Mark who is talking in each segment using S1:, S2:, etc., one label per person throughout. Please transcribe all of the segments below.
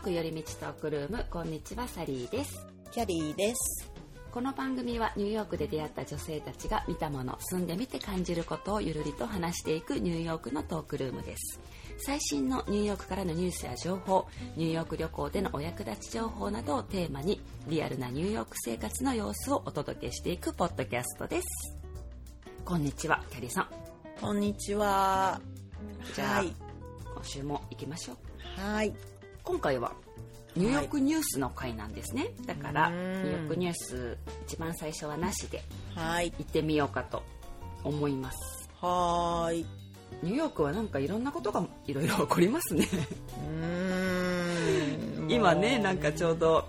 S1: く寄り道トークルームこんにちはサリーです
S2: キャリーです。
S1: この番組はニューヨークで出会った女性たちが見たもの住んでみて感じることをゆるりと話していくニューヨークのトークルームです最新のニューヨークからのニュースや情報ニューヨーク旅行でのお役立ち情報などをテーマにリアルなニューヨーク生活の様子をお届けしていくポッドキャストですこんにちはキャリーさん
S2: こんにちは。
S1: じゃあ
S2: はい。
S1: 今週も行きましょう
S2: はい。
S1: 今回はニューヨークニュースの回なんですね、だから
S2: う
S1: ニ
S2: ん
S1: ューヨークニュース一番最初はなしで
S2: はい。
S1: 行ってみようかと思います
S2: はーい。
S1: ニューヨークはなんかいろんなことがいろいろ起こります ね
S2: うーん。
S1: 今ねなんかちょうど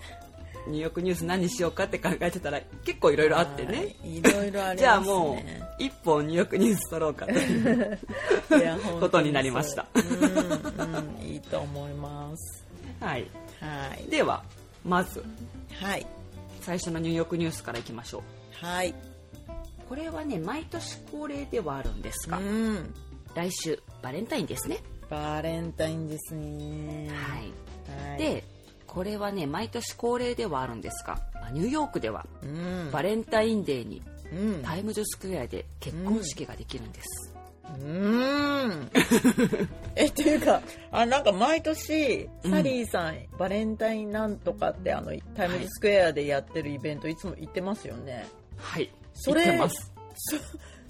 S1: ニューヨークニュース何しようかって考えてたら結構いろいろあってね
S2: はい。いろいろあります、ね。
S1: じゃあもう一本ニューヨークニュース取ろうかと いう
S2: う、いや本当
S1: ことになりました
S2: そううん、うん、いいと思います。
S1: はい
S2: はい。
S1: ではまず
S2: はい。
S1: 最初のニューヨークニュースからいきましょう
S2: はい。
S1: これはね毎年恒例ではあるんです
S2: う
S1: が、
S2: ん。
S1: 来週バレンタインですね、
S2: バレンタインですね。
S1: はい
S2: はい。
S1: でこれはね毎年恒例ではあるんですがまあニューヨークでは
S2: うん、
S1: バレンタインデーに
S2: うん。
S1: タイムズスクエアで結婚式ができるんです、
S2: うーん えっていうかあなんか毎年サリーさん、バレンタインなんとかってあのタイムズスクエアでやってるイベントいつも行ってますよね、
S1: はい
S2: それ
S1: 言ってます
S2: そ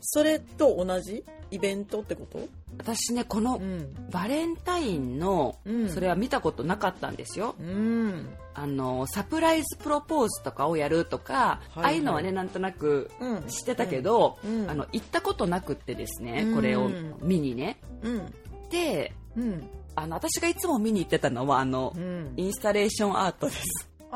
S2: それと同じイベントってこと
S1: 私ねこの
S2: うん
S1: バレンタインの、
S2: うん
S1: それは見たことなかったんですよ
S2: うん
S1: あのサプライズプロポーズとかをやるとか、
S2: はいはい
S1: ああいうのはねなんとなく
S2: うん
S1: 知ってたけど、
S2: うんうん
S1: あの行ったことなくってですね、
S2: うん
S1: これを見にね
S2: うん
S1: で
S2: うん
S1: あの私がいつも見に行ってたのはあの、
S2: うん
S1: インスタレーションアートです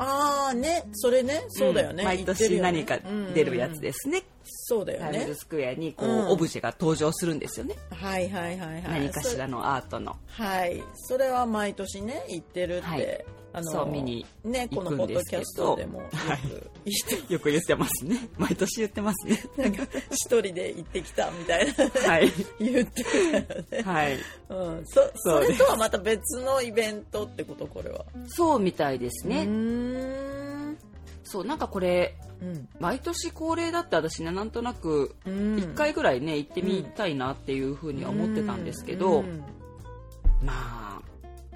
S2: ああねそれねそうだよね、
S1: ん毎
S2: 言ってる
S1: 年
S2: よ
S1: 何
S2: ね
S1: か出るやつ
S2: うんうん
S1: ですね、
S2: そうだよ
S1: タイム
S2: ね
S1: ズスクエアにこう、
S2: うん
S1: オブジェが登場するんですよね、
S2: はいはいはいはい
S1: 何かしらのアートの
S2: はい、それは毎年ね行ってるって、
S1: はい
S2: あの
S1: そう見に
S2: ねこ
S1: 行
S2: の
S1: く
S2: ポ
S1: ん
S2: ッ
S1: で
S2: ド
S1: すけど
S2: キャストでもよく
S1: はい
S2: 一人
S1: よく言ってますね 毎年言ってます ね
S2: なんか一人で行ってきたみたいな
S1: はい
S2: 言ってたよね、
S1: はい
S2: うん、そ
S1: そ
S2: そう
S1: です
S2: れとはまた別のイベントってことこれは
S1: そうみたいですね、
S2: うーん
S1: そうなんかこれ
S2: うん
S1: 毎年恒例だって私ねなんとなく
S2: うん
S1: 1回ぐらいね行ってみたいなっていうふうには思ってたんですけど、
S2: うん
S1: まあ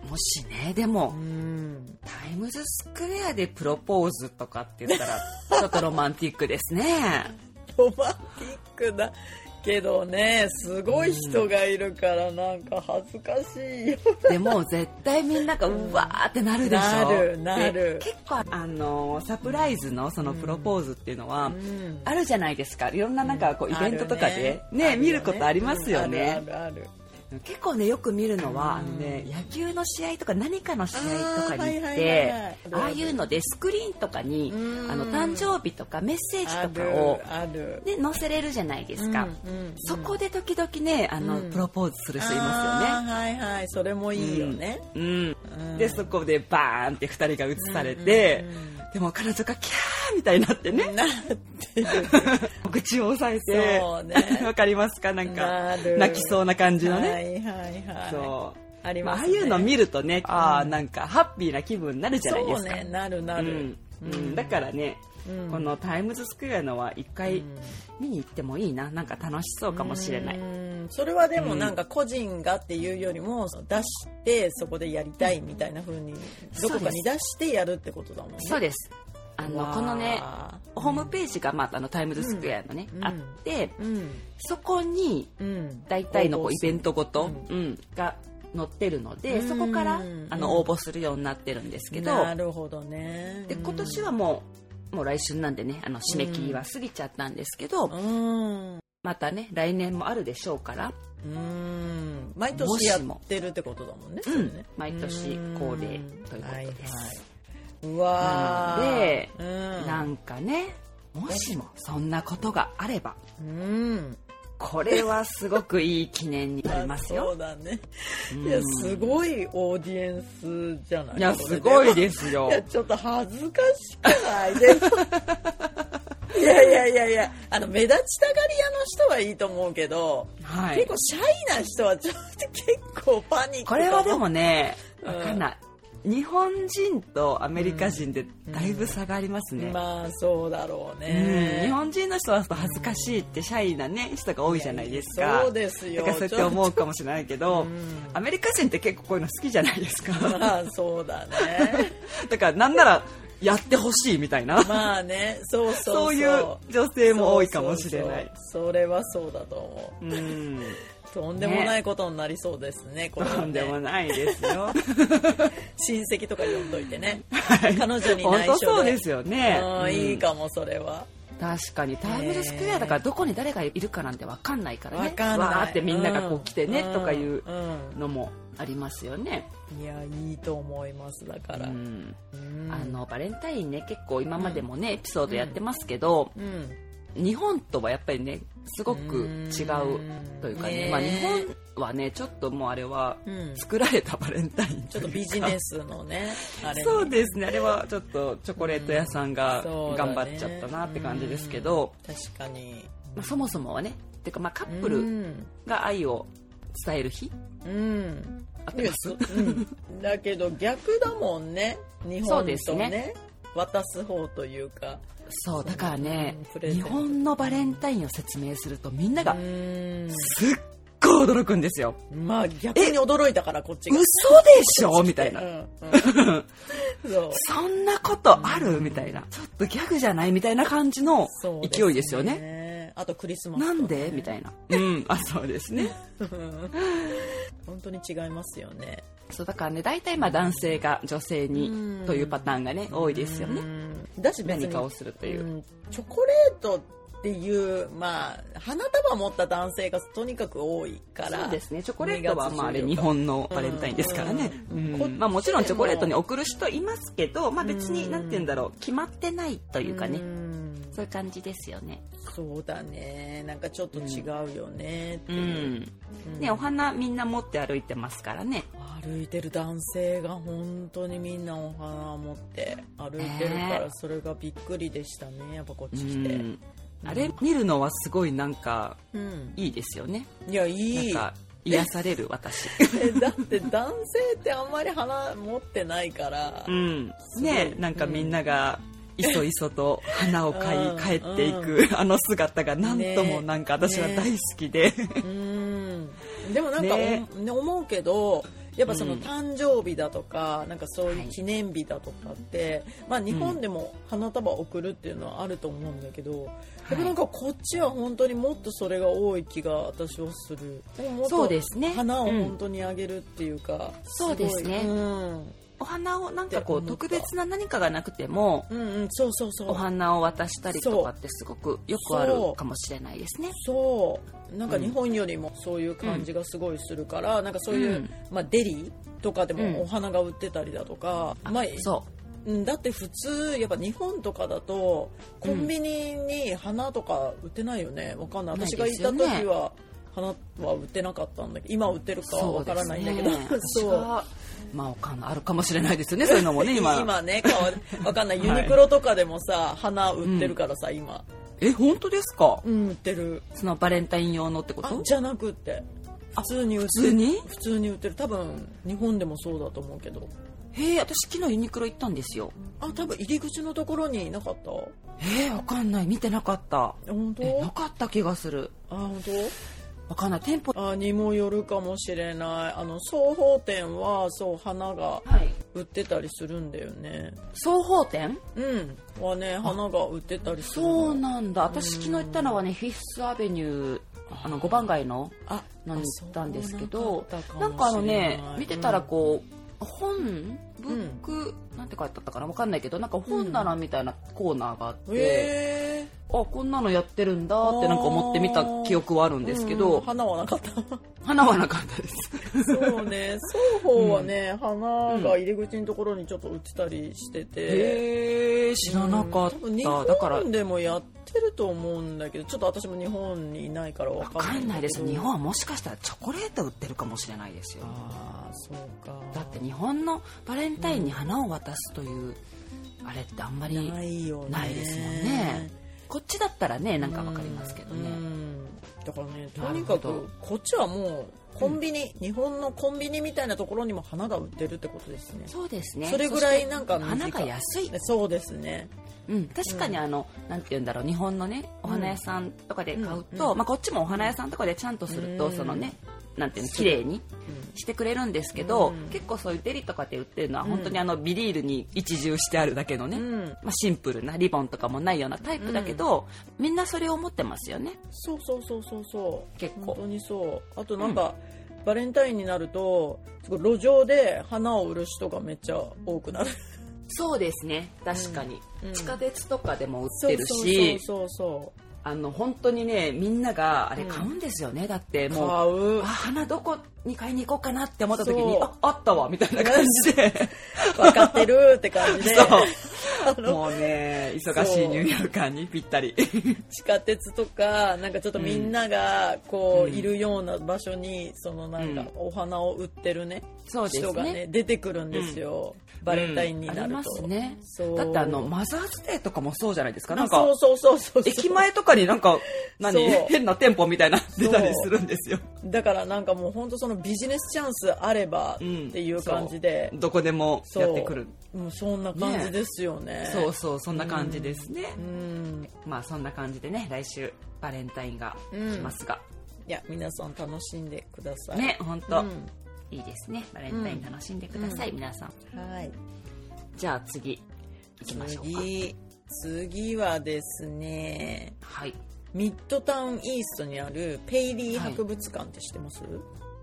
S1: もしねでも、
S2: うん
S1: タイムズスクエアでプロポーズとかって言ったらちょっとロマンティックですね
S2: ロマンティックだけどねすごい人がいるからなんか恥ずかしいよ、
S1: でも絶対みんながうわーってなるでしょ
S2: なるなる
S1: で結構あのサプライズのそのプロポーズっていうのは、
S2: ん
S1: あるじゃないですかいろんななんかこうイベントとかで、
S2: ある
S1: ね
S2: ある
S1: 見ることありますよね
S2: う、んあるあるある
S1: 結構ねよく見るのは、
S2: うん
S1: あのね野球の試合とか何かの試合とかに行っ
S2: あーはいはい
S1: て
S2: はいはい
S1: ああいうのでスクリーンとかに、
S2: うん
S1: あの誕生日とかメッセージとかを、
S2: ある
S1: ね、載せれるじゃないですか、
S2: うんうんうん
S1: そこで時々ねあの、
S2: うん
S1: プロポーズする人いますよね。
S2: あーはいはいそれもいいよね、
S1: うん
S2: うん
S1: でそこでバーンって2人が映されて、
S2: うん
S1: でも彼女がキャーみたいになってね
S2: なってる
S1: お口を押さえて
S2: そう
S1: わ、
S2: ね
S1: かりますかなん
S2: な
S1: か
S2: る
S1: 泣きそうな感じのね、
S2: はいはいはい
S1: そう
S2: ありますね
S1: ああいうの見るとね、ああなんかハッピーな気分になるじゃないで
S2: そう
S1: すか
S2: ねなるなる、
S1: うんうんだからね、
S2: うん
S1: このタイムズスクエアのは一回見に行ってもいいななんか楽しそうかもしれない、
S2: うんそれはでもなんか個人がっていうよりも出してそこでやりたいみたいな風にどこかに出してやるってことだもんね
S1: そうですあのこのね
S2: わ
S1: ホームページが、まあ、あのタイムズスクエアのね、
S2: うん
S1: あって
S2: ーうん
S1: そこに
S2: うん
S1: 大体のこうイベントごと、
S2: う
S1: うんが載ってるので、
S2: うん
S1: そこからあ
S2: うん
S1: の応募するようになってるんですけど、
S2: なるほどね
S1: で今年
S2: は
S1: はもうもう来春なんでねあの締め切りは過ぎちゃったんですけど、
S2: うん
S1: またね来年もあるでしょうから、
S2: うん毎年やってるってことだもんね
S1: うん
S2: それね
S1: 毎年恒例ということです
S2: はいはいうわー
S1: なので
S2: うん
S1: なんかねもしもそんなことがあれば
S2: うん
S1: これはすごくいい記念になります
S2: そ
S1: よ。
S2: うだね
S1: うん
S2: いやすごいオーディエンスじ ゃない
S1: いやすごい
S2: す
S1: ですよ
S2: いやちょっと恥ずかしくないでもいやいやいやいやあの目立ちたがり屋の人はいいと思うけど、
S1: はい
S2: 結構シャイな人はちょっと結構パニック
S1: これはでもね、
S2: うん
S1: わかんない。日本人とアメリカ人でだいぶ差がありますね、
S2: まあそうだろう
S1: うん
S2: ね。
S1: 日本人の人は恥ずかしいってシャイな、ね、人が多いじゃないですか
S2: そうですよ。
S1: だからそうやって思うかもしれないけ
S2: ちょ
S1: ど、
S2: っとうん
S1: アメリカ人って結構こういうの好きじゃないですか
S2: まあそうだね。
S1: だからなんならやってほしいみたいな、
S2: まあね、そうそう
S1: そういう女性も多いかもしれない。
S2: そうそうそうそれはそうだと思う。
S1: うん
S2: とんでもないことになりそうですね。これは
S1: とんでも
S2: ね、
S1: ないです よ
S2: 親戚とか呼んどいてね。
S1: はい
S2: 彼女に
S1: 本
S2: 内緒で。
S1: 当そうですよね
S2: あー
S1: うん
S2: いいかもそれは。
S1: 確かにタイムズスクエアだからどこに誰がいるかなんて分かんないから
S2: わ
S1: ね
S2: かん
S1: わ
S2: な
S1: ー
S2: い。
S1: ってみんながこう来てね、
S2: ん
S1: とかいう
S2: うん
S1: のもありますよね、
S2: いやいいと思いますだから。
S1: うん
S2: うん
S1: あのバレンタインね結構今までもね、エピソードやってますけど、
S2: うん
S1: 日本とはやっぱりねすごく違うというかねまあ、日本はねちょっともうあれは
S2: 本、うん、
S1: 作られたバレンタイン
S2: ちょっとビジネ
S1: ス
S2: スのねあれ
S1: そう
S2: に
S1: ですねあれはちょっとチョコレート屋さんが
S2: そうだ
S1: 頑
S2: ね
S1: 張っちゃったなって感じですけど、
S2: うん確かに
S1: まあ、そもそもはねてかまあカップ
S2: う
S1: ル
S2: ん、
S1: が愛を伝える日
S2: うん
S1: あっ
S2: い
S1: て
S2: や
S1: ます
S2: そうんだけど逆だもんね日本とね
S1: そうです
S2: 渡す方というか
S1: そうだからね
S2: うんプレゼン
S1: 日
S2: ト
S1: 本のバレンタインを説明するとみんな
S2: う
S1: が
S2: ん
S1: すっごい驚くんですよ
S2: まあ逆に驚いたからこっちが
S1: 嘘でしょみたいな
S2: うん うんそう
S1: そんなことあるみたいなちょっとギャグじゃないみたいな感じの
S2: そう
S1: 勢いですよね
S2: ねあとクリスマスと
S1: な
S2: かね、
S1: んでみたいなうん あそうですね
S2: 本当に違いますよね
S1: そうだからね大体まあ男性が女性
S2: う
S1: に
S2: ん
S1: というパターンがね多いですよね
S2: うんだし別に
S1: 何かをするという
S2: うんチョコレートっていうまあ花束持った男性がとにかく多いから
S1: そうですねチョコレートは
S2: 2月14
S1: まああれ日本のバレンタインですからね
S2: うんうん
S1: うんまあもちろんチョコレートに送る人いますけどまあ別
S2: う
S1: に
S2: ん
S1: なんて言うんだろう決まってないというかね
S2: ん
S1: そういう感じですよね
S2: そうだねなんかちょっと違うよねって
S1: う
S2: いう、
S1: ん
S2: うん
S1: ねお花みんな持って歩いてますからね
S2: 歩いてる男性が本当にみんなお花を持って歩いてるか
S1: ね
S2: らそれがびっくりでしたねやっぱこっ
S1: う
S2: ち来て、
S1: んあれ見るのはすごいなんか
S2: うん
S1: いいですよね
S2: いやいい
S1: なんか癒される 私
S2: え だって男性ってあんまり花持ってないから、
S1: うん
S2: ごい
S1: ねなんかみんながいそいそと花を買
S2: うん
S1: い帰っていくあの姿がなんとも
S2: ね
S1: なんか私は大好きで
S2: うんでもなんかお、
S1: ね
S2: ね思うけどやっぱその
S1: うん
S2: 誕生日だとかなんかそう
S1: はいいう
S2: 記念日だとかって、まあ、日本でも花束を送るっていうのはあると思うんだけど、でもなんかこっちは本当にもっとそれが多い気が私はするでももっと
S1: そうですね
S2: 花を
S1: うん
S2: 本当にあげるっていうか、
S1: そうですね
S2: ごいうん
S1: お花をなんかこう
S2: って思った
S1: 特別な何かがなくても
S2: うんうんそうそうそう
S1: お花を渡したりとかってすごくよくあるかもしれないですね
S2: そうなんか
S1: うん
S2: 日本よりもそういう感じがすごいするから、なんかそういう、
S1: うん
S2: まあ、デリーとかで
S1: うん
S2: もお花が売ってたりだとか、まあ
S1: そ
S2: うんだって普通やっぱ日本とかだとコンビニに花とか売ってないよねわかんない
S1: ない
S2: 私
S1: で
S2: がい
S1: すよ
S2: た
S1: ね
S2: 時は花は売ってなかったんだけど今は売ってる
S1: う
S2: かは
S1: そ
S2: わ
S1: うで
S2: から
S1: す
S2: な
S1: ね
S2: いんだけど
S1: 私はまあお金あるかもしれないですよねそういうのも ね今
S2: ねかわかんない
S1: はい
S2: ユニクロとかでもさ、花売ってるからさ今、
S1: え本当ですか
S2: うん、売ってる
S1: そのバレンタイン用のってこ
S2: あ
S1: と
S2: じゃなくって普通に売
S1: 普
S2: って
S1: 通
S2: る
S1: に
S2: 普通に売ってる多分日本でもそうだと思うけど
S1: へえ私昨日ユニクロ行ったんですよ
S2: あ多分入り口のところになかった
S1: えー、わかんない見てなかった
S2: え本
S1: えな
S2: 当
S1: かった気がする
S2: あ本
S1: わかんない店舗
S2: 当あにもよるかもしれないあの双方店はそう花が
S1: はい
S2: 売ってたりするんだよね
S1: 双方店
S2: うんはね花が売ってたりするの
S1: そうなんだ私昨日行ったのはねフィフスアベニューあの5番街の
S2: あ
S1: のに行ったんですけど
S2: あそう
S1: なんかあのね
S2: なかったかもしれない
S1: 見てたらこう、本ブ
S2: ん
S1: ック、なんて書いてあったかなわかんないけどなんか本棚みたいなコーナーがあっ
S2: うん
S1: て、
S2: へ
S1: あこんなのやってるんだってなんか思ってみた記憶はあるん
S2: え
S1: ですけど、
S2: 花はなかった
S1: 花はなかったです
S2: そうね双方はね、花が入り口のところにちょっと売ってたりしてて、
S1: へえ知らなかった、
S2: うん多分
S1: だから
S2: 日本でもやってると思うんだけどちょっと私も日本にいないからわ
S1: わ
S2: かんない
S1: かんないです
S2: けど
S1: 日本はもしかしたらチョコレート売ってるかもしれないですよ
S2: ああそうか
S1: だって日本のバレンタインに花を渡すという、あれってあんまり
S2: ないよね
S1: ないですもんねこっちだったらねなんかわかりますけどね、
S2: うんだからねと
S1: なる
S2: に
S1: ほど
S2: かくこっちはもうコンビニ、日本のコンビニみたいなところにも花が売ってるってことですね
S1: そうですね
S2: それぐらいなんか
S1: そして花
S2: 短い
S1: が安い、
S2: そうですね
S1: うん、確かにあの、なんて言うんだろう日本のねお花屋さんとかで買うと、
S2: うん
S1: まあ、こっちもお花屋さんとかでちゃんとすると、
S2: うん
S1: そのねなんていうの綺麗にしてくれるんですけど、
S2: うん
S1: 結構そういうデリとかで売ってるのは
S2: うん
S1: 本当にあのビニールに一重してあるだけの
S2: う
S1: ね、
S2: ん、うん
S1: まあ、シンプルなリボンとかもないようなタイプだけど、みんなそれを持ってますよね
S2: そうそうそうそうそう
S1: 結構
S2: 本当にそうあとなんか、バレンタインになるとすごい路上で花を売る人がめっちゃ多くなる
S1: そうですね確かに、
S2: うん
S1: 地下鉄とかでも売っ
S2: そう
S1: てるし
S2: そうそうそう
S1: あの本当にねみんながあれ
S2: うん
S1: 買うんですよね、だって
S2: そう
S1: もう
S2: 買う
S1: あ花どこに買いに行こうかなって思った時に
S2: そう
S1: ああったわみたいな感じで
S2: 分かってるって感じで あ
S1: そう
S2: の
S1: もうね忙しいニューヨーカーにぴったり
S2: 地下鉄とかなんかちょっとみんながこういるような場所にそのなんか
S1: うん
S2: お花を売ってるね
S1: そうですね
S2: 人がね出てくるんですよバレンタインにな
S1: うんあり
S2: る
S1: ま
S2: と
S1: すね
S2: そう
S1: だってあのマザーズデーとかもそうじゃないですかな
S2: あ
S1: んか
S2: そうそうそうそうそう
S1: 駅前とかになんか何
S2: そう
S1: 変な店舗みたいなの出たりするんですよ
S2: だからなんかもう本当そのビジネスチャンスあればっていう感じで、
S1: どこでも
S2: そう
S1: やってくる
S2: もうそんな感じですよね
S1: そうそうそんな感じですね、
S2: うん
S1: まあそんな感じでね来週バレンタインが来ますが、
S2: いや皆さん楽しんでください
S1: ね本
S2: う
S1: 当、
S2: ん
S1: いいですねバレンタイン楽しんでください、
S2: う
S1: 皆さん
S2: はい
S1: じゃあ次行きましょうか
S2: 次次はですね
S1: はい
S2: ミッドタウンイーストにあるペイリー博物館って知ってます、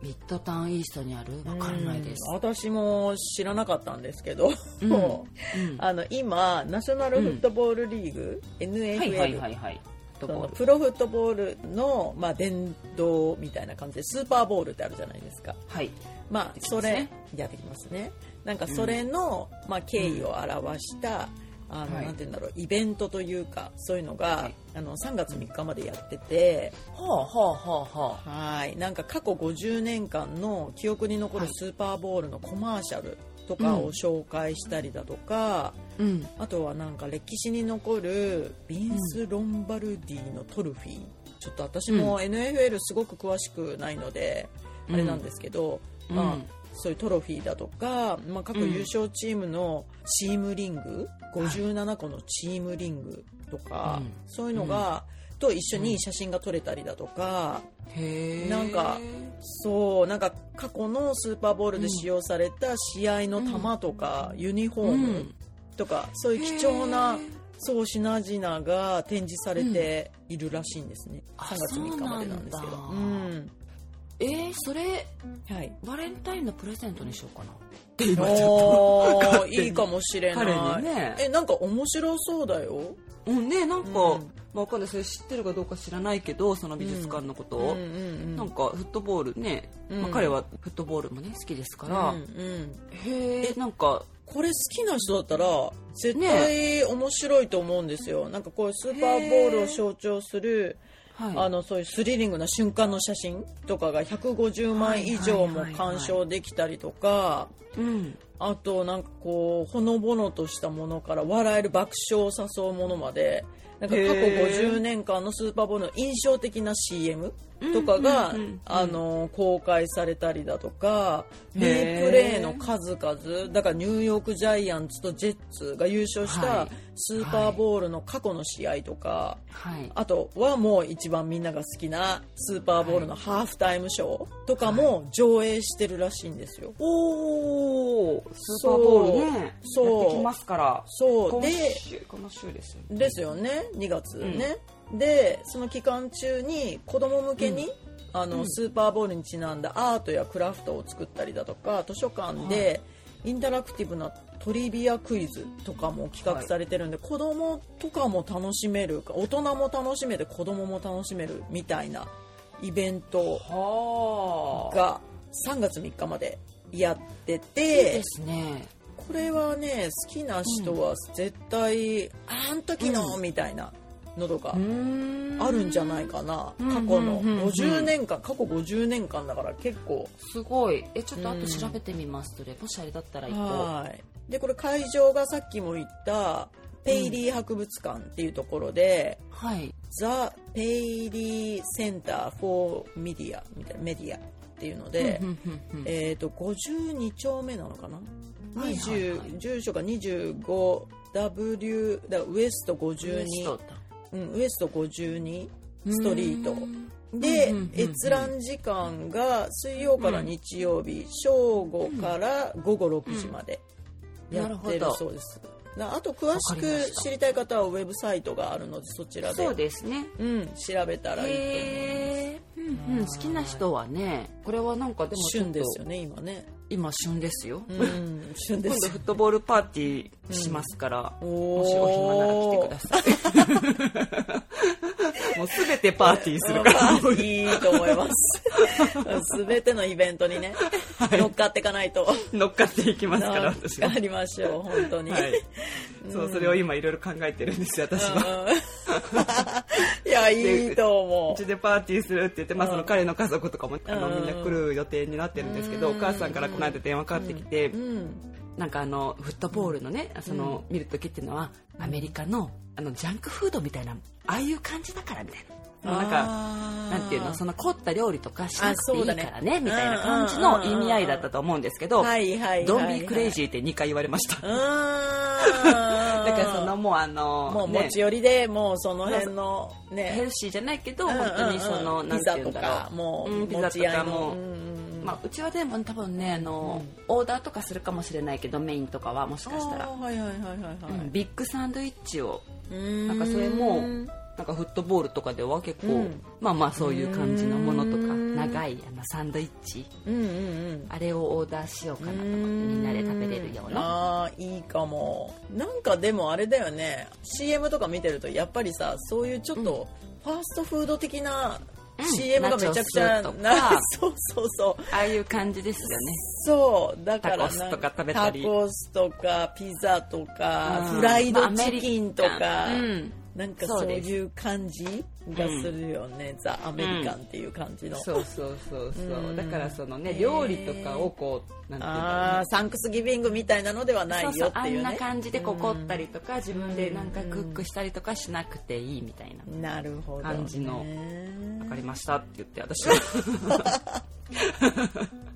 S1: ミッドタウンイーストにあるわからないです
S2: うん私も知らなかったんですけど、
S1: うんうん
S2: あの今ナショナルフットボールリーグ、
S1: はいはいは
S2: NFL
S1: いはい
S2: そ
S1: ど
S2: の
S1: こ
S2: プロフットボールの、まあ、殿堂みたいな感じでスーパーボールってあるじゃないですか
S1: はい
S2: まあ
S1: てきま
S2: そ
S1: すね
S2: れやってきますねなんかそれの、まあ、経緯を表した、あの
S1: はい
S2: なんて言うんだろうイベントというかそういうのが、
S1: はい
S2: あの3月3日までやってて、
S1: はあはあはあは
S2: はいなんか過去50年間の記憶に残る
S1: はい
S2: スーパーボールのコマーシャルとかを紹介したりだとか、
S1: うん
S2: あとはなんか歴史に残るビンス・ロンバルディのトルフィー、ちょっと私も NFL すごく詳しくないので、あれなんですけど、
S1: うん
S2: まあ、そういうトロフィーだとか、まあ、各優勝チームのチームリング、57個のチームリングとか、
S1: うん
S2: そういうのが、と一緒に写真が撮れたりだとか、
S1: へえ
S2: なんかそうなんか過去のスーパーボールで使用された試合の球とか、ユニフォームとか、そういう貴重なそう品々が展示されているらしいんですね、
S1: あ
S2: 3月3日までなんですけど
S1: そう
S2: う
S1: なん
S2: ん、
S1: えー、それ
S2: はい
S1: バレンタインのプレゼントにしようかな
S2: おー
S1: 手に
S2: いいかもしれ
S1: 彼
S2: ない、
S1: にね
S2: えなんか面白そうだよ
S1: うんねなんか、
S2: うん
S1: まあ、わかんないそれ知ってるかどうか知らないけどその美術館のことを、
S2: うんうん
S1: なんかフットボールね、
S2: うん
S1: まあ、彼はフットボールもね好きですか
S2: うん
S1: ら、
S2: うんうん
S1: へえなんか
S2: これ好きな人だったら絶対面白いと思うんですよ、なんかこういうスーパーボールを象徴する
S1: はい
S2: あのそういうスリリングな瞬間の写真とかが150枚以上も鑑賞できたりとか
S1: うん
S2: あとなんかこうほのぼのとしたものから笑える爆笑を誘うものまでなんか過去
S1: へー
S2: 50年間のスーパーボールの印象的な CM とかが、
S1: うんうんうんうん
S2: あの公開されたりだとか
S1: へー
S2: 名プレーの数々だからニューヨーク・ジャイアンツとジェッツが優勝し
S1: は
S2: た
S1: い
S2: スーパーボールの過去の試合とか。
S1: はい
S2: あとはもう一番みんなが好きなスーパーボールのハーフタイムショーとかも上映してるらしいんですよ。
S1: おおスーパーボールね
S2: そう
S1: やってきますから
S2: そう
S1: 今
S2: で
S1: 週この週ですよね
S2: ですよね2月ね、でその期間中に子供向けに、あの
S1: うん
S2: スーパーボールにちなんだアートやクラフトを作ったりだとか図書館でインタラクティブなトリビアクイズとかも企画されてるんで、子供とかも楽しめる大人も楽しめて子供も楽しめるみたいなイベント
S1: はあ
S2: が3月3日までやって
S1: いい
S2: て
S1: ですね
S2: これはね好きな人は絶対、あん時の、
S1: う
S2: みたいなのとか
S1: うーん
S2: あるんじゃないかな、
S1: うん
S2: 過
S1: うんう
S2: 去の
S1: んうんうん
S2: 50年間過去50年間だから結構
S1: すごいえちょっと後調べてみますそれもしあれだったら一個
S2: はいでこれ会場がさっきも言ったペイリー博物館っていうところで、
S1: はい。
S2: ザ・ペイリーセンター・フォー・メディアみたいなメディアっていうので、
S1: うんうんうんうん
S2: えー、と52丁目なのかな、
S1: はいはいはい
S2: 20住所が 25W だからウエスト52
S1: ウエスト
S2: うん、ウエスト52ストリートで、
S1: うんうんうんうん
S2: 閲覧時間が水曜から日曜日、正午から午後6時まで
S1: うん
S2: やって
S1: なる
S2: る
S1: ほど
S2: そうです、なあと詳し
S1: わかりまし
S2: く
S1: た
S2: 知りたい方はウェブサイトがあるのでそちらで
S1: そうですね。
S2: うん、調べたらいいと思
S1: へ
S2: います
S1: え。うんうん、
S2: はい
S1: 好きな人はね、これはなんかでもちょっ
S2: 旬
S1: と
S2: ですよね今ね、
S1: 今旬ですよ。
S2: うん、旬で
S1: 今度
S2: す
S1: フ
S2: よ
S1: ットボールパーティーしますから、もしお暇なら来てくださ
S2: さ
S1: い。もうすべてパーティーするから。
S2: いいと思います。すべてのイベントにね、乗っかっていかないと。
S1: 乗っかっていきますから、
S2: 乗っ
S1: 私は
S2: か。りましょう、本当に。
S1: はい。そう、それを今いろいろ考えてるんですよ、私は。
S2: うんいや、いいと思
S1: うちでパーティーするって言って、まあ、
S2: うん
S1: その彼の家族とかも、あの
S2: う
S1: みん
S2: ん
S1: な来る予定になってるんですけど、
S2: うん
S1: お母さんからこの間電話かかってきて、
S2: う。うん。
S1: なんかあのフットボールのねその見る時っていうのはアメリカのあのジャンクフードみたいなああいう感じだからみたいな。なんか
S2: か
S1: なんていうのその
S2: の、
S1: 凝った料理とかしなくていいから
S2: あそう
S1: ね
S2: だね
S1: みたいな感じ
S2: う
S1: の
S2: んう
S1: 意
S2: んうんうん
S1: 味合いだったと思うんですけど
S2: はいはいはい。
S1: 「ドンビークレイジー」って2回言われました
S2: う
S1: だ
S2: ーん。
S1: からそのもうあの
S2: もう
S1: ね
S2: 持ち寄りで、もうその辺の、ね。
S1: ヘルシーじゃないけど
S2: うん
S1: 本
S2: うんうん
S1: 当にそのなん
S2: ピ
S1: て
S2: ザ
S1: いうん
S2: と
S1: だろ
S2: か
S1: う
S2: もう
S1: うんピザとかも
S2: 持ち合いのうんうんうん
S1: まあうちはでも多分ねあのオーダーとかするかもしれないけどメインとかはもしかした
S2: あ
S1: ら
S2: ーはいはいはいはいは
S1: うん
S2: い
S1: ビッグサンドイッチを
S2: うーん
S1: なんかそれもなんかフットボールとかでは結構、
S2: うん
S1: まあまあそういう感じのものとか
S2: うん
S1: 長いあのサンドイッチ
S2: うんうんうん
S1: あれをオーダーしようかなと思って
S2: うーん
S1: みんなで食べれるような
S2: あーいいかもなんかでもあれだよね CM とか見てるとやっぱりさそういうちょっとファーストフード的な
S1: うん
S2: CM がめちゃくち
S1: ナ
S2: ゃ、
S1: チョスとか
S2: なそうそうそう
S1: ああいう感じですよね
S2: そうだから
S1: タコスとか食べたり
S2: タコスとかピザとか、
S1: うん
S2: フライドチキンとか、
S1: まあアメリ
S2: なんか
S1: そ
S2: そうう
S1: です
S2: いう感じがするよね、ザ・アメリカンっていう感じ
S1: カ
S2: の、
S1: ンそうそうそうそううんだからそのね
S2: へー
S1: 料理とかをこうなんていうんだ
S2: あ
S1: ろ
S2: あサンクスギビングみたいなのではな
S1: うね
S2: い
S1: そうそ
S2: よ
S1: う
S2: っ
S1: あ
S2: てい
S1: ん
S2: う
S1: な
S2: ね
S1: 感じでこう凝ったりとか自分で
S2: うん
S1: なんかクックしたりとかしなくていいみたいな
S2: なるほど、ね、
S1: 感じの「わかりました」って言って私は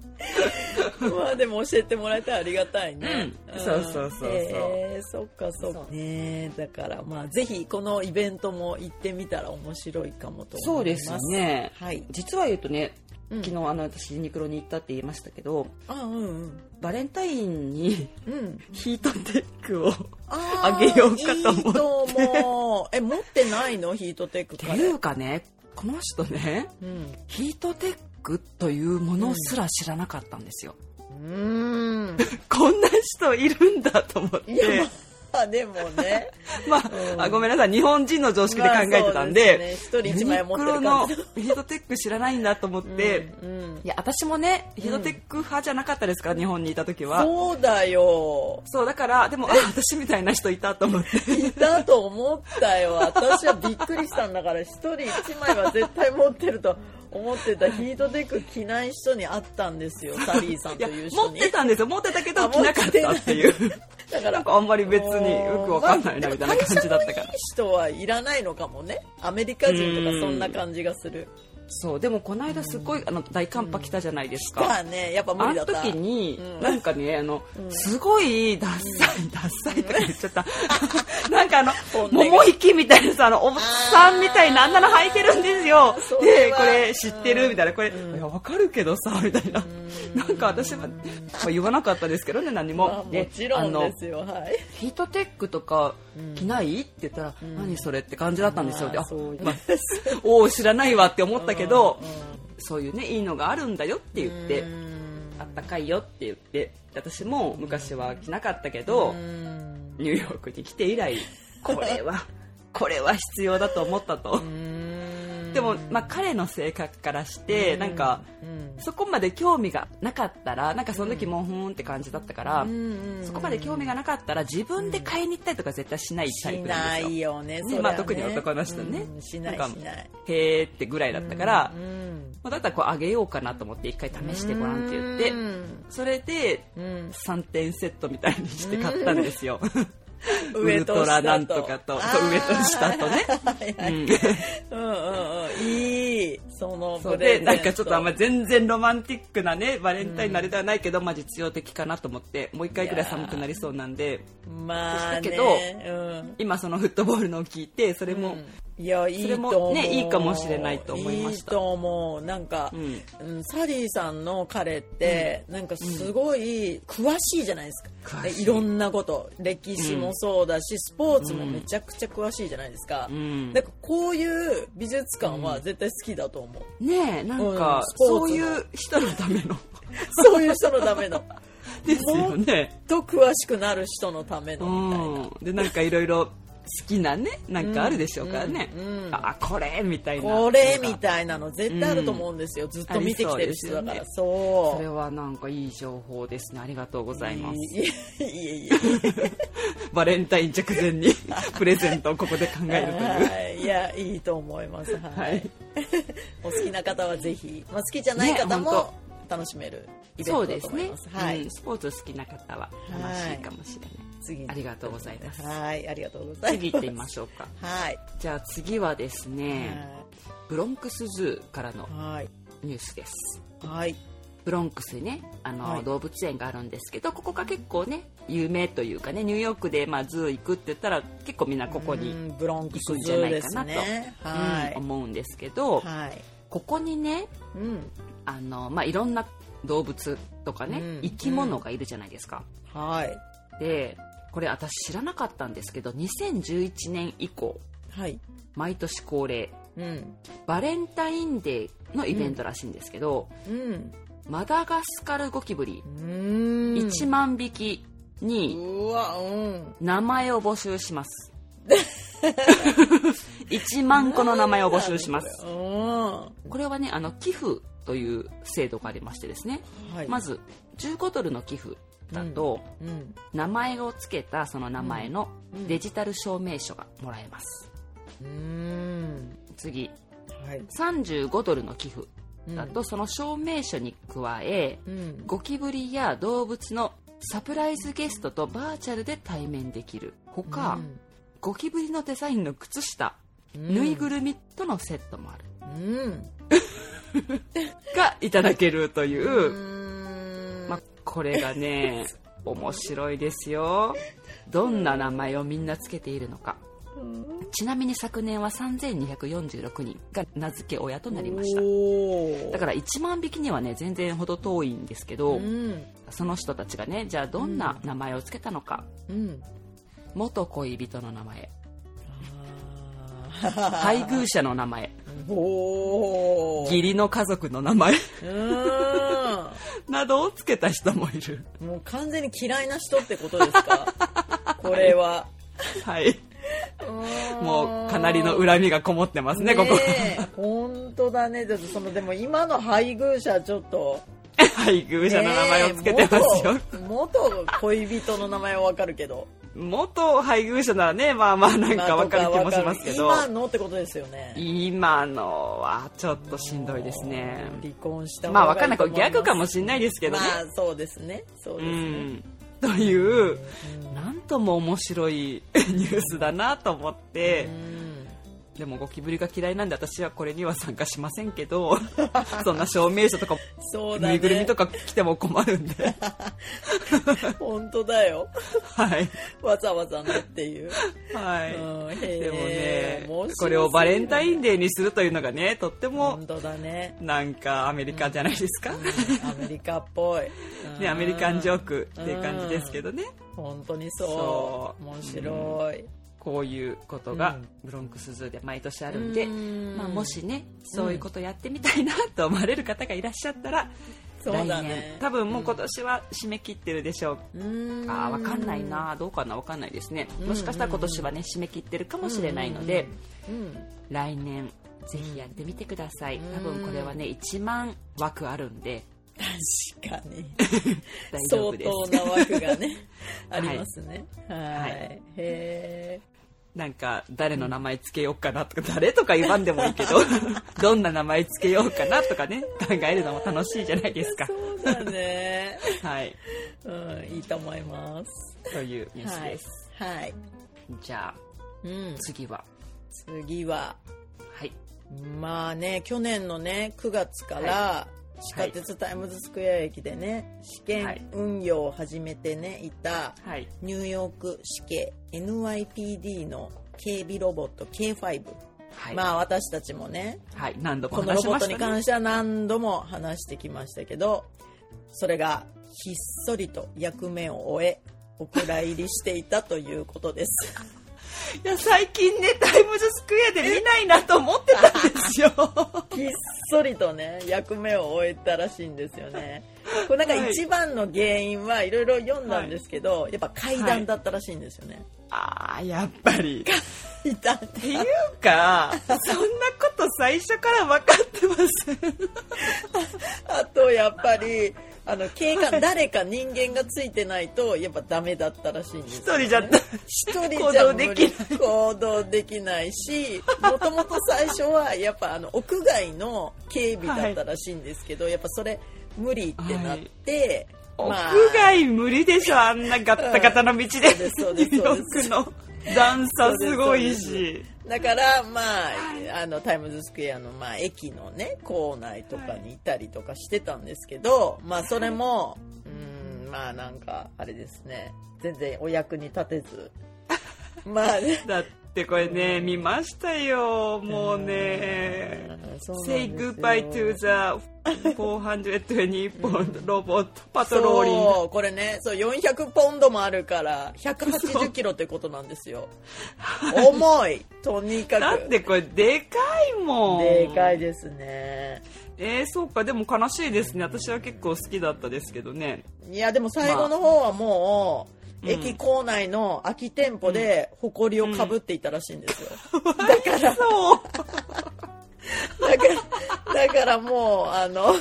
S2: まあでも教えてもらえたらありがたいね、
S1: うんそうそうそうそう
S2: えー、そっかそっ
S1: そ
S2: かねだからまあぜひこのイベントも行ってみたら面白いかもと思います
S1: ね
S2: はい
S1: 実は言うとね
S2: うん
S1: 昨日あの私ユニクロに行ったって言いましたけど
S2: あうんうん
S1: バレンタインに
S2: うん
S1: ヒートテックを
S2: あー
S1: あげようかと思って
S2: いいと思うえ持ってないのヒートテック
S1: って
S2: カ
S1: い
S2: レー
S1: うかね この人ね
S2: うん
S1: ヒートテックというものすら知らなかったんですよ、
S2: うん
S1: こんな人いるんだと思っ
S2: いや
S1: て
S2: まあでもね
S1: まあ,、
S2: うん
S1: あごめんなさい日本人の常識で考えてたんで,、
S2: まあそうですね一人一
S1: ユ
S2: 枚
S1: ニ
S2: 持っ
S1: ク
S2: て
S1: ロ
S2: る感
S1: の
S2: じ
S1: ヒートテック知らないんだと思って、
S2: うんうん
S1: いや私もねヒートテック派じゃなかったですから、日本にいた時はそう
S2: そうだよ
S1: だからでもあ私みたいな人いたと思って
S2: いたと思ったよ私はびっくりしたんだから一人一枚は絶対持ってると思ってたヒートテック着ない人に会ったんです よサリーさん
S1: い
S2: と
S1: や
S2: いう
S1: 持
S2: 人
S1: っ
S2: に
S1: てたんですよ持ってたけど
S2: あ
S1: 着なかったっていう
S2: だか
S1: な
S2: ら
S1: んかあんまり別によくわかんないなみたいな感じだったか
S2: まあ
S1: ら
S2: でも会社のいい人はいらないのかもねアメリカ人とかそんな感じがする
S1: そうでもこの間すごいあの大寒波来たじゃないです
S2: だか
S1: か、
S2: らねやっぱ無
S1: あ
S2: 理だ
S1: の
S2: った
S1: 時に、
S2: うん
S1: なんかねあの、すごいダッサい、ダッサいとか言っちゃった、 なんかあの
S2: 本音が
S1: 桃引きみたいなさあのおっさんみたいなあんなの履いてるんですよ
S2: それ
S1: で
S2: は
S1: これ知ってるみたいなこれ、いやわかるけどさみたいな、なんか私は、まあ、言わなかったですけどね何も、
S2: まあもちろん
S1: あの
S2: ですよはい
S1: ヒートテックとか着ない、って言ったら、何それって感じだったんですよ、で
S2: ま
S1: あ
S2: あそう
S1: まあ おお知らないわって思ったけど、
S2: うん
S1: そういうねいいのがあるんだよって言って、
S2: うん
S1: あったかいよって言って私も昔は着なかったけど、
S2: うん
S1: ニューヨークに来て以 来これはこれは必要だと思ったと、でも、まあ、彼の性格からして、なんか
S2: うん
S1: そこまで興味がなかったらなんかその時もんふーんって感じだったから、そこまで興味がなかったら自分で買いに行ったりとか絶対しないタイ
S2: し
S1: プな
S2: な
S1: で
S2: ん
S1: すよ
S2: いよねそりゃね
S1: まあ特に男の人ね
S2: うんしない
S1: なん
S2: し
S1: か
S2: ない
S1: へーってぐらいだったから、
S2: うん
S1: まあだったらこうあげようかなと思って一回試してごらんって言って、
S2: うん
S1: それで
S2: うん
S1: 3点セットみたいにして買ったんですよ、ウルトラなんとかとそう上と下とね、
S2: ね
S1: うん、
S2: うんうんうんいいその
S1: そう
S2: ブ
S1: で
S2: レゼント
S1: なんかちょっとあんま全然ロマンティックなねバレンタインのあれではないけど、まあ実用的かなと思ってもう一回ぐらい寒くなりそうなんで
S2: まあ
S1: だ
S2: ね
S1: けど
S2: うん
S1: 今そのフットボールのを聞いてそれも、
S2: いやいい
S1: それ
S2: と
S1: も
S2: 思う、
S1: ねいいかもしれないと思いました
S2: いいと思うなんか、
S1: う
S2: うんんサリーさんの彼って、なんかすごい詳しいじゃないですか、
S1: 詳しい
S2: ろんなこと歴史もそうだし、スポーツもめちゃくちゃ詳しいじゃないですか、
S1: うん
S2: なんかこういう美術館は絶対好きだと思う、
S1: ねえなんか、
S2: うんスポーツの
S1: そういう人のための
S2: そういう人のための
S1: ですよね。
S2: と詳しくなる人のため
S1: う
S2: のみたいな、
S1: ん、でなんかいろいろ好きなねなんかあるでしょうからね、
S2: うんうん
S1: あこれみたいな
S2: これみたいなの絶対あると思うんですよ、ずっと見てきてる人だか
S1: あり
S2: ら
S1: それ
S2: そう
S1: はなんかいい情報ですねありがとうございます
S2: いえいえいえ
S1: バレンタイン直前に プレゼントをここで考えるという
S2: はいいやいいと思います、はい
S1: はい
S2: お好きな方はぜひ、まあ、好きじゃない方
S1: ねほんと
S2: も楽しめるイベン
S1: そ
S2: ト
S1: う
S2: だ
S1: で
S2: と
S1: す
S2: 思い
S1: ね
S2: ますはい、
S1: うんスポーツ好きな方は楽しいかもしれない、
S2: 次に
S1: ありがとうございます
S2: はいありがとうございます
S1: 次行ってみましょうか
S2: はい
S1: じゃあ次はですねブロンクスズーからの
S2: はい
S1: ニュースです
S2: はい
S1: ブロンクスにねあの、
S2: はい
S1: 動物園があるんですけどここが結構ね有名というかねニューヨークで、まあ、ズー行くって言ったら結構みんなここに、
S2: う
S1: うん
S2: んブロンクス
S1: 行くんじ
S2: ズ
S1: ゃ
S2: ー
S1: ない
S2: で
S1: か
S2: す
S1: なと
S2: ねはい、
S1: 思うんですけど、
S2: はい
S1: ここにね
S2: うん
S1: あの、まあ、いろんな動物とかね、
S2: うん
S1: 生き物がいるじゃないですか。
S2: はい
S1: でこれ私知らなかったんですけど2011年以降
S2: はい
S1: 毎年恒例
S2: うん
S1: バレンタインデーのイベントらしいんですけど、
S2: うん
S1: マダガスカルゴキブリ
S2: うん
S1: 1万匹に、
S2: うわうん
S1: 名前を募集し ます。1万個の名前を募集します。
S2: うんは
S1: これはね、あの寄付という制度がありましてですね。
S2: い
S1: まず15ドルの寄付だと、
S2: うん
S1: 名前を付けたその名前の
S2: うん
S1: デジタル証明書がもらえます。
S2: うん
S1: 次、
S2: はい
S1: 35ドルの寄付だと、その証明書に加え、
S2: うん
S1: ゴキブリや動物のサプライズゲストとバーチャルで対面できるほか、ゴキブリのデザインの靴下
S2: うん
S1: ぬいぐるみとのセットもある
S2: うん
S1: がいただけるというう、
S2: ん
S1: まあ、これがね面白いですよどんな名前をみんなつけているのかちなみに昨年は3246人が名付け親となりました
S2: お
S1: だから1万匹にはね全然ほど遠いんですけど、
S2: うん
S1: その人たちがねじゃあどんな名前をつけたのか、
S2: うん
S1: 元恋人の名前
S2: は
S1: 配偶者の名前
S2: おー
S1: 義理の家族の名前
S2: う
S1: などをつけた人もいる
S2: んもう完全に嫌いな人ってことで すかこれは
S1: はいもうかなりの恨みがこもってますね、ここ。
S2: こ本当だねだってそのでも今の配偶者ちょっと
S1: 配偶者の名前をつけてますよ
S2: ね。え元元恋人の名前はわかるけど
S1: 元配偶者ならね、まあまあなんかわかる気もしますけど、
S2: 今のってことですよね
S1: 今のはちょっとしんどいですね。
S2: 離婚した方
S1: ま
S2: が
S1: あわかんない、これ
S2: と思ます
S1: 逆かもしんないですけどね。
S2: まあそうですねそう
S1: う
S2: ですね、
S1: ん。という、なんとも面白いニュースだなと思って、でもゴキブリが嫌いなんで私はこれには参加しませんけ ど、そんな証明書とか、
S2: そうだ
S1: ぬ
S2: ね
S1: いぐるみとか来ても困るんで、
S2: 本当だよ
S1: はい。
S2: わざわざねっていう、
S1: はい。
S2: うん
S1: でも
S2: へ
S1: ね
S2: ー面白すぎる、
S1: これをバレンタインデーにするというのがね、とっても
S2: 本当だね
S1: なんかアメリカじゃないですか。
S2: アメリカっぽい、うん
S1: ね、アメリカンジョークっていう感じですけどね。
S2: 本当にそう
S1: そう
S2: 面白い、
S1: こういうことが
S2: うん
S1: ブロンクスズーで毎年あるんで、
S2: うん
S1: まあ、もしね、そういうことやってみたいなと思われる方がいらっしゃったら、
S2: そうだ
S1: 来
S2: ね
S1: 年、多分もう今年は締め切ってるでしょう
S2: うん
S1: か。わかんないな、どうかな、わかんないですね。もしかしたら今年はね、締め切ってるかもしれないので、
S2: うん
S1: 来年ぜひやってみてください、
S2: うん
S1: 多分これはね1万枠あるんで
S2: 確か に
S1: 大丈夫
S2: 相
S1: です
S2: 当な枠がね
S1: はい
S2: ありますねはい
S1: はい
S2: へ
S1: なんか誰の名前つけようかなとか誰とか言わんでもいいけ どどんな名前つけようかなとかね考えるのも楽しいじゃないです
S2: え
S1: か
S2: そうだね
S1: はい
S2: うんいいと思います
S1: というニュース
S2: は
S1: で
S2: い
S1: す、
S2: はい
S1: じゃあ
S2: うん、
S1: 次は
S2: 次は
S1: はい
S2: まあね去年のね9月から地下鉄タイムズスクエア駅でね試
S1: はい
S2: 験運用を始めてねいた
S1: はい
S2: ニューヨーク市警 NYPD の警備ロボット K5
S1: はい、
S2: まあ私たちもね
S1: はい、何度も
S2: このロ
S1: 話し
S2: ボ
S1: ま
S2: ット
S1: し
S2: に
S1: たね
S2: 関しては何度も話してきましたけどそれがひっそりと役目を終えお蔵入りしていたというこ とです。
S1: いや最近ねタイムズスクエアで見ないなと思ってたんですよ
S2: ひっそりとね役目を終えたらしいんですよね。これなん
S1: は
S2: か
S1: い
S2: 一番の原因はいろいろ読んだんですけど、やっぱ階段だったらしいんですよね。
S1: あーやっぱり
S2: いた
S1: っていうかそんなこと最初から分かってます
S2: あとやっぱりあの警官誰か人間がついてないとやっぱダメだったらしいんですよ、ね。
S1: 一人じゃだ
S2: 一人じゃ無
S1: 行動で
S2: 理
S1: き
S2: 行動できないしもともと最初はやっぱあの屋外の警備だったらしいんですけど、やっぱそれ無理ってなって、
S1: 屋
S2: まあ
S1: 外無理でしょあんなガッタガタの道で
S2: うんそうです
S1: ニューヨ
S2: そう
S1: ー
S2: で
S1: ク
S2: す
S1: の段差すごい
S2: そう
S1: し
S2: だからまああのタイムズスクエアのまあ駅のね構内とかにいたりとかしてたんですけど、まあそれもうーんまあなんかあれですね全然お役に立 てずまあね
S1: だってこれね見ましたよもうね
S2: そうなんですよ
S1: Say goodbye to the 420ポンドロボットパトローリング
S2: そうこれねそう400ポンドもあるから180キロってことなんですよ重いとにかく
S1: だってこれでかいもん
S2: でかいですね
S1: えー、そうかでも悲しいですね私は結構好きだったですけどね
S2: いやでも最後の方はもう、
S1: まあうん
S2: 駅構内の空き店舗で埃をかぶっていたらしいんですよ、だから
S1: そう
S2: だからだからもうあの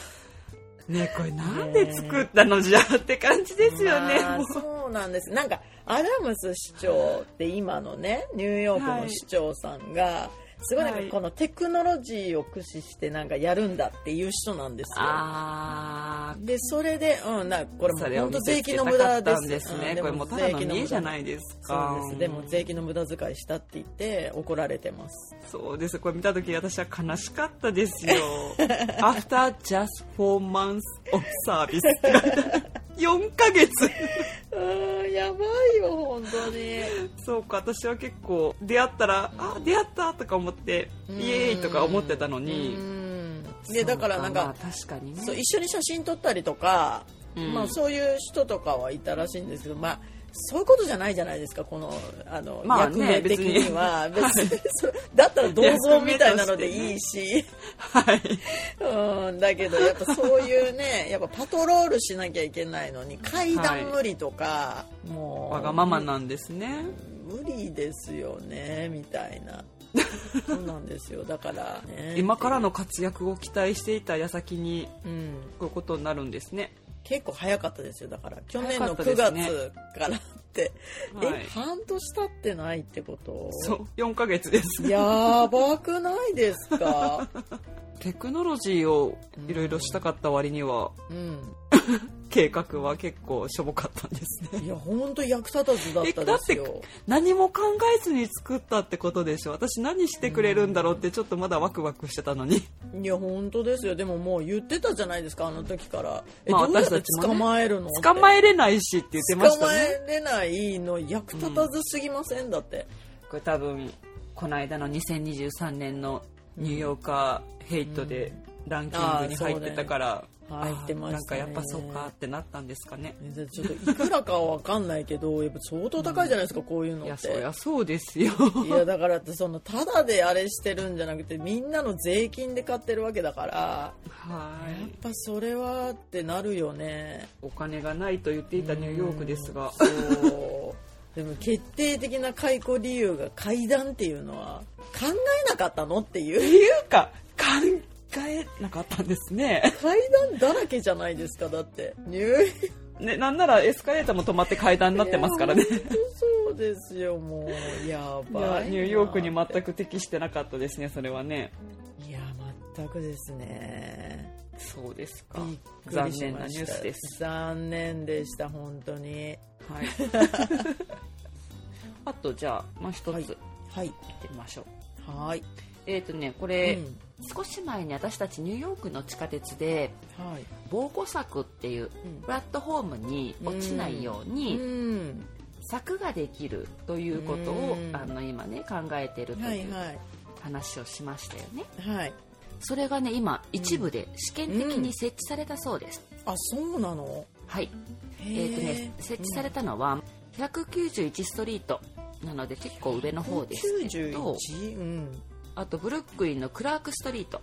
S1: ねこれなんで作ったのじゃあって感じですよね、
S2: まあ
S1: もう
S2: そうなんですなんかアダムス市長って今のねニューヨークの市長さんが、すごいなんか
S1: はい
S2: このテクノロジーを駆使してなんかやるんだっていう人なんですよ。
S1: あ
S2: でそれで、うん、なんかこれも
S1: それを
S2: 本当
S1: 見せ
S2: 税
S1: つけ
S2: 金の
S1: た
S2: 無
S1: か
S2: 駄
S1: っ
S2: で
S1: た
S2: す
S1: んですね
S2: うんで
S1: こ
S2: も
S1: れもうただの
S2: 税金
S1: 見
S2: 無
S1: え
S2: 駄
S1: じゃないですか
S2: そうですでも税金の無駄遣いしたって言って怒られてます
S1: そうですこれ見た時私は悲しかったです よ After just four months of service って書いてある4ヶ月
S2: うんやばいよ本当に
S1: そうか私は結構出会ったらあ出会ったとか思ってイエーイとか思ってたのに
S2: うんでだからなんか
S1: そうまあ確かにね
S2: そう一緒に写真撮ったりとか、
S1: うん
S2: まあ、そういう人とかはいたらしいんですけど、まあ、そういうことじゃないじゃないですかこのあの、
S1: まあ
S2: 役
S1: ね
S2: 目的には別に
S1: 別に
S2: それだったら銅像みたいなのでいいし、
S1: はい
S2: うん、だけどやっぱそういう ねやっぱパトロールしなきゃいけないのに階段無理とか、もう
S1: わがままなんですね
S2: 無理ですよねみたい なそうなんですよだから、ね、
S1: 今からの活躍を期待していた矢先に
S2: うん
S1: こういうことになるんですね。
S2: 結構早かったですよだから去年
S1: 早
S2: の
S1: かったで
S2: 9
S1: す
S2: 月
S1: ね
S2: からって、
S1: は
S2: え
S1: い。
S2: 半年経ってないってこと
S1: そう、4ヶ月です。
S2: やばくないですか
S1: テクノロジーをいろいろしたかった割には、
S2: うん
S1: 計画は結構しょぼかったんですね。
S2: いや本当役立たずだったです
S1: えだ
S2: よ
S1: 何も考えずに作ったってことでしょ。私何してくれるんだろうってちょっとまだワクワクしてたのに。
S2: いや本当ですよでももう言ってたじゃないですかあの時からえ、
S1: まあ
S2: どうやっ
S1: 私
S2: て
S1: たちもね
S2: 捕まえるの
S1: 捕ま
S2: え
S1: えれないしって言ってました
S2: 捕ま
S1: ね。
S2: えれないの役立たずすぎません、だって
S1: これ多分、この間の2023年のニューヨーカーヘイトでランキングに入ってたから、
S2: うんあーそうだよ入ってましたね
S1: なんかやっぱそうかってなったんですかね。
S2: ねちょっといくらかは分かんない けどやっぱ相当高いじゃないですか、こういうの
S1: いや
S2: って
S1: そりゃそうです よ
S2: いやだからってそのただであれしてるんじゃなくてみんなの税金で買ってるわけだから
S1: は
S2: やっ
S1: い
S2: ぱそれはってなるよね
S1: お金がないと言っていたニューヨークですが
S2: そうでも決定的な解雇理由が階段っていうのは考えなかったのって
S1: って
S2: いう
S1: いうか考えなかったんですね
S2: 階段だらけじゃないですかだってニュー
S1: ねなんならエスカレーターも止まって階段になってますからね
S2: いや本当そうですよもうや
S1: い
S2: ば
S1: や
S2: いな
S1: ニューヨークに全く適してなかったですねそれはね
S2: いや全くですね
S1: そうですか
S2: びっく
S1: 残
S2: りし
S1: 念な
S2: ま
S1: ニ
S2: し
S1: ュー
S2: た
S1: スです
S2: 残念でした本当に
S1: はいあとじゃあもう一つ、
S2: はい
S1: 行
S2: はい
S1: ってみましょう
S2: はい
S1: えっ、とねこれ、
S2: うん
S1: 少し前に私たちニューヨークの地下鉄で
S2: はい
S1: 防護柵っていうプラットホームに落ちないよう
S2: うん
S1: に
S2: うん
S1: 柵ができるということを
S2: うん
S1: あの今ね考えてると
S2: はい
S1: いう
S2: は
S1: 話をしましたよね。
S2: いはい
S1: それがね今一部で試験的に設置されたそうです。
S2: あそうなの
S1: はい。
S2: え
S1: えっ、とね設置されたのは191ストリートなので結構上の方ですけど、
S2: 91うん
S1: あとブルックリンのクラークストリート、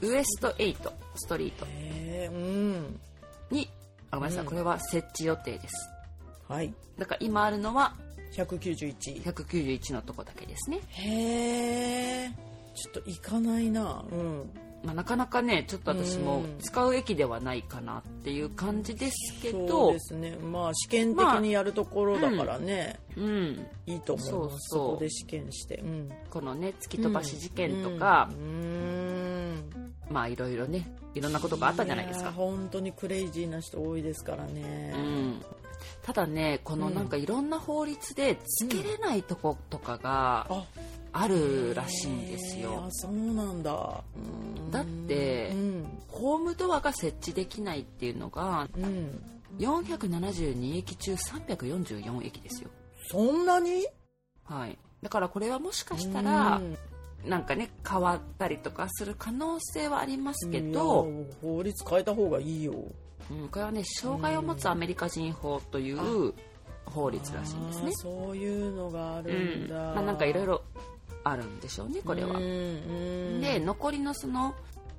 S1: ウエスト8ストリート
S2: へえうん
S1: にあごめんなさい、
S2: うん
S1: これは設置予定です。
S2: はい
S1: だから今あるのは
S2: 191
S1: 191のとこだけですね、
S2: へえちょっと行かないなうん
S1: まあ、なかなかねちょっと私も
S2: うん
S1: 使う駅ではないかなっていう感じですけ
S2: そう
S1: ど
S2: ですねまあ試験的にやるところだからね、
S1: うん、
S2: いいと思います
S1: そうそう
S2: そこで試験して、うん、
S1: このね突き飛ばし事件とか
S2: う、ん
S1: まあいろいろねいろんなことがあったじゃないです
S2: や
S1: か
S2: ー、本当にクレイジーな人多いですからね
S1: う、ん、ただねこの
S2: うん
S1: なんかいろんな法律でつけれないとことかが
S2: あ
S1: あるらしいんです
S2: へー
S1: よ
S2: あそうなんだうん
S1: だって
S2: うん
S1: ホームドアが設置できないっていうのが
S2: うん
S1: 472駅中344駅ですよ
S2: そんなに
S1: はい、だからこれはもしかしたら、
S2: うん
S1: なんかね変わったりとかする可能性はありますけど
S2: い、や法律変えた方がいいよ
S1: うん、これはね障害を持つアメリカ人法という法律らしいんです
S2: あ
S1: ね
S2: ー。そういうのがあ
S1: う
S2: るん
S1: ん
S2: だ、
S1: まあ、なんかいろいろあるんでしょうねこれは
S2: うん。うん
S1: で残りのその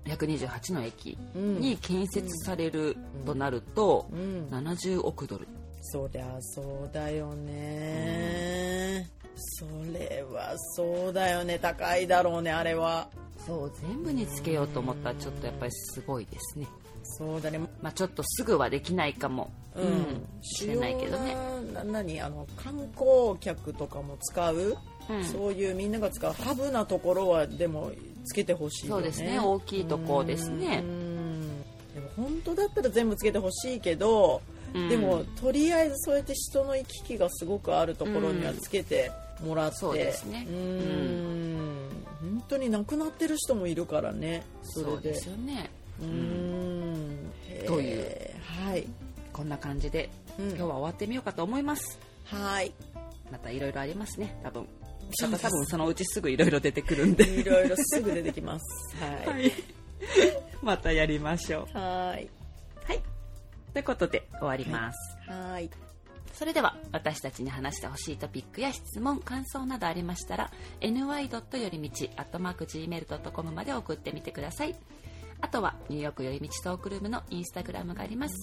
S1: 128の駅
S2: うん
S1: に建設されるとなると
S2: うん
S1: 70億ドル
S2: そりゃそうだよね、それはそうだよね高いだろうねあれは
S1: そう全部につけようと思ったらちょっとやっぱりすごいですね。
S2: そうだね
S1: まあ、ちょっとすぐはできないかも、うんしれないけどね、
S2: 主要なな何あの観光客とかも使う、
S1: うん
S2: そういうみんなが使うハブなところはでもつけてほしいよ
S1: そう
S2: ね
S1: ですね大きいとこですね
S2: うんでも本当だったら全部つけてほしいけど、
S1: うん
S2: でもとりあえずそうやって人の行き来がすごくあるところにはつけてもらって、
S1: そうですね
S2: う
S1: うん
S2: 本当に亡くなってる人もいるからねそれで
S1: そうですよね
S2: うん
S1: という
S2: へーはい、
S1: こんな感じで
S2: うん
S1: 今日は終わってみようかと思います、
S2: はい
S1: またいろいろありますね多分
S2: そうです
S1: 多分そのうちすぐいろいろ出てくるんで
S2: いろいろすぐ出てきますは
S1: はいいまたやりましょう
S2: はい
S1: はいということで終わります、
S2: はい
S1: それでは私たちに話してほしいトピックや質問感想などありましたら ny. よりみち .gmail.com まで送ってみてくださいあとはニューヨークよりみちトークルームのインスタグラムがあります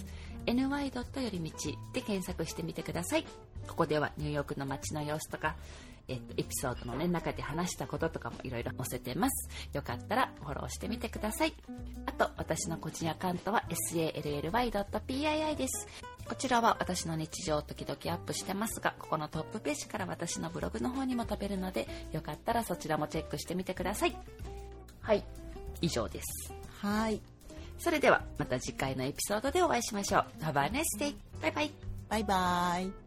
S1: ny. よりみちで検索してみてくださいここではニューヨークの街の様子とか、えっと、エピソードの、ね、中で話したこととかもいろいろ載せてますよかったらフォローしてみてくださいあと私の個人アカウントは sally.pii ですこちらは私の日常を時々アップしてますが、ここのトップページから私のブログの方にも飛べるので、よかったらそちらもチェックしてみてください。はい、以上です。
S2: はい
S1: それではまた次回のエピソードでお会いしましょう。Have a nice day! バイバイ
S2: バイバイ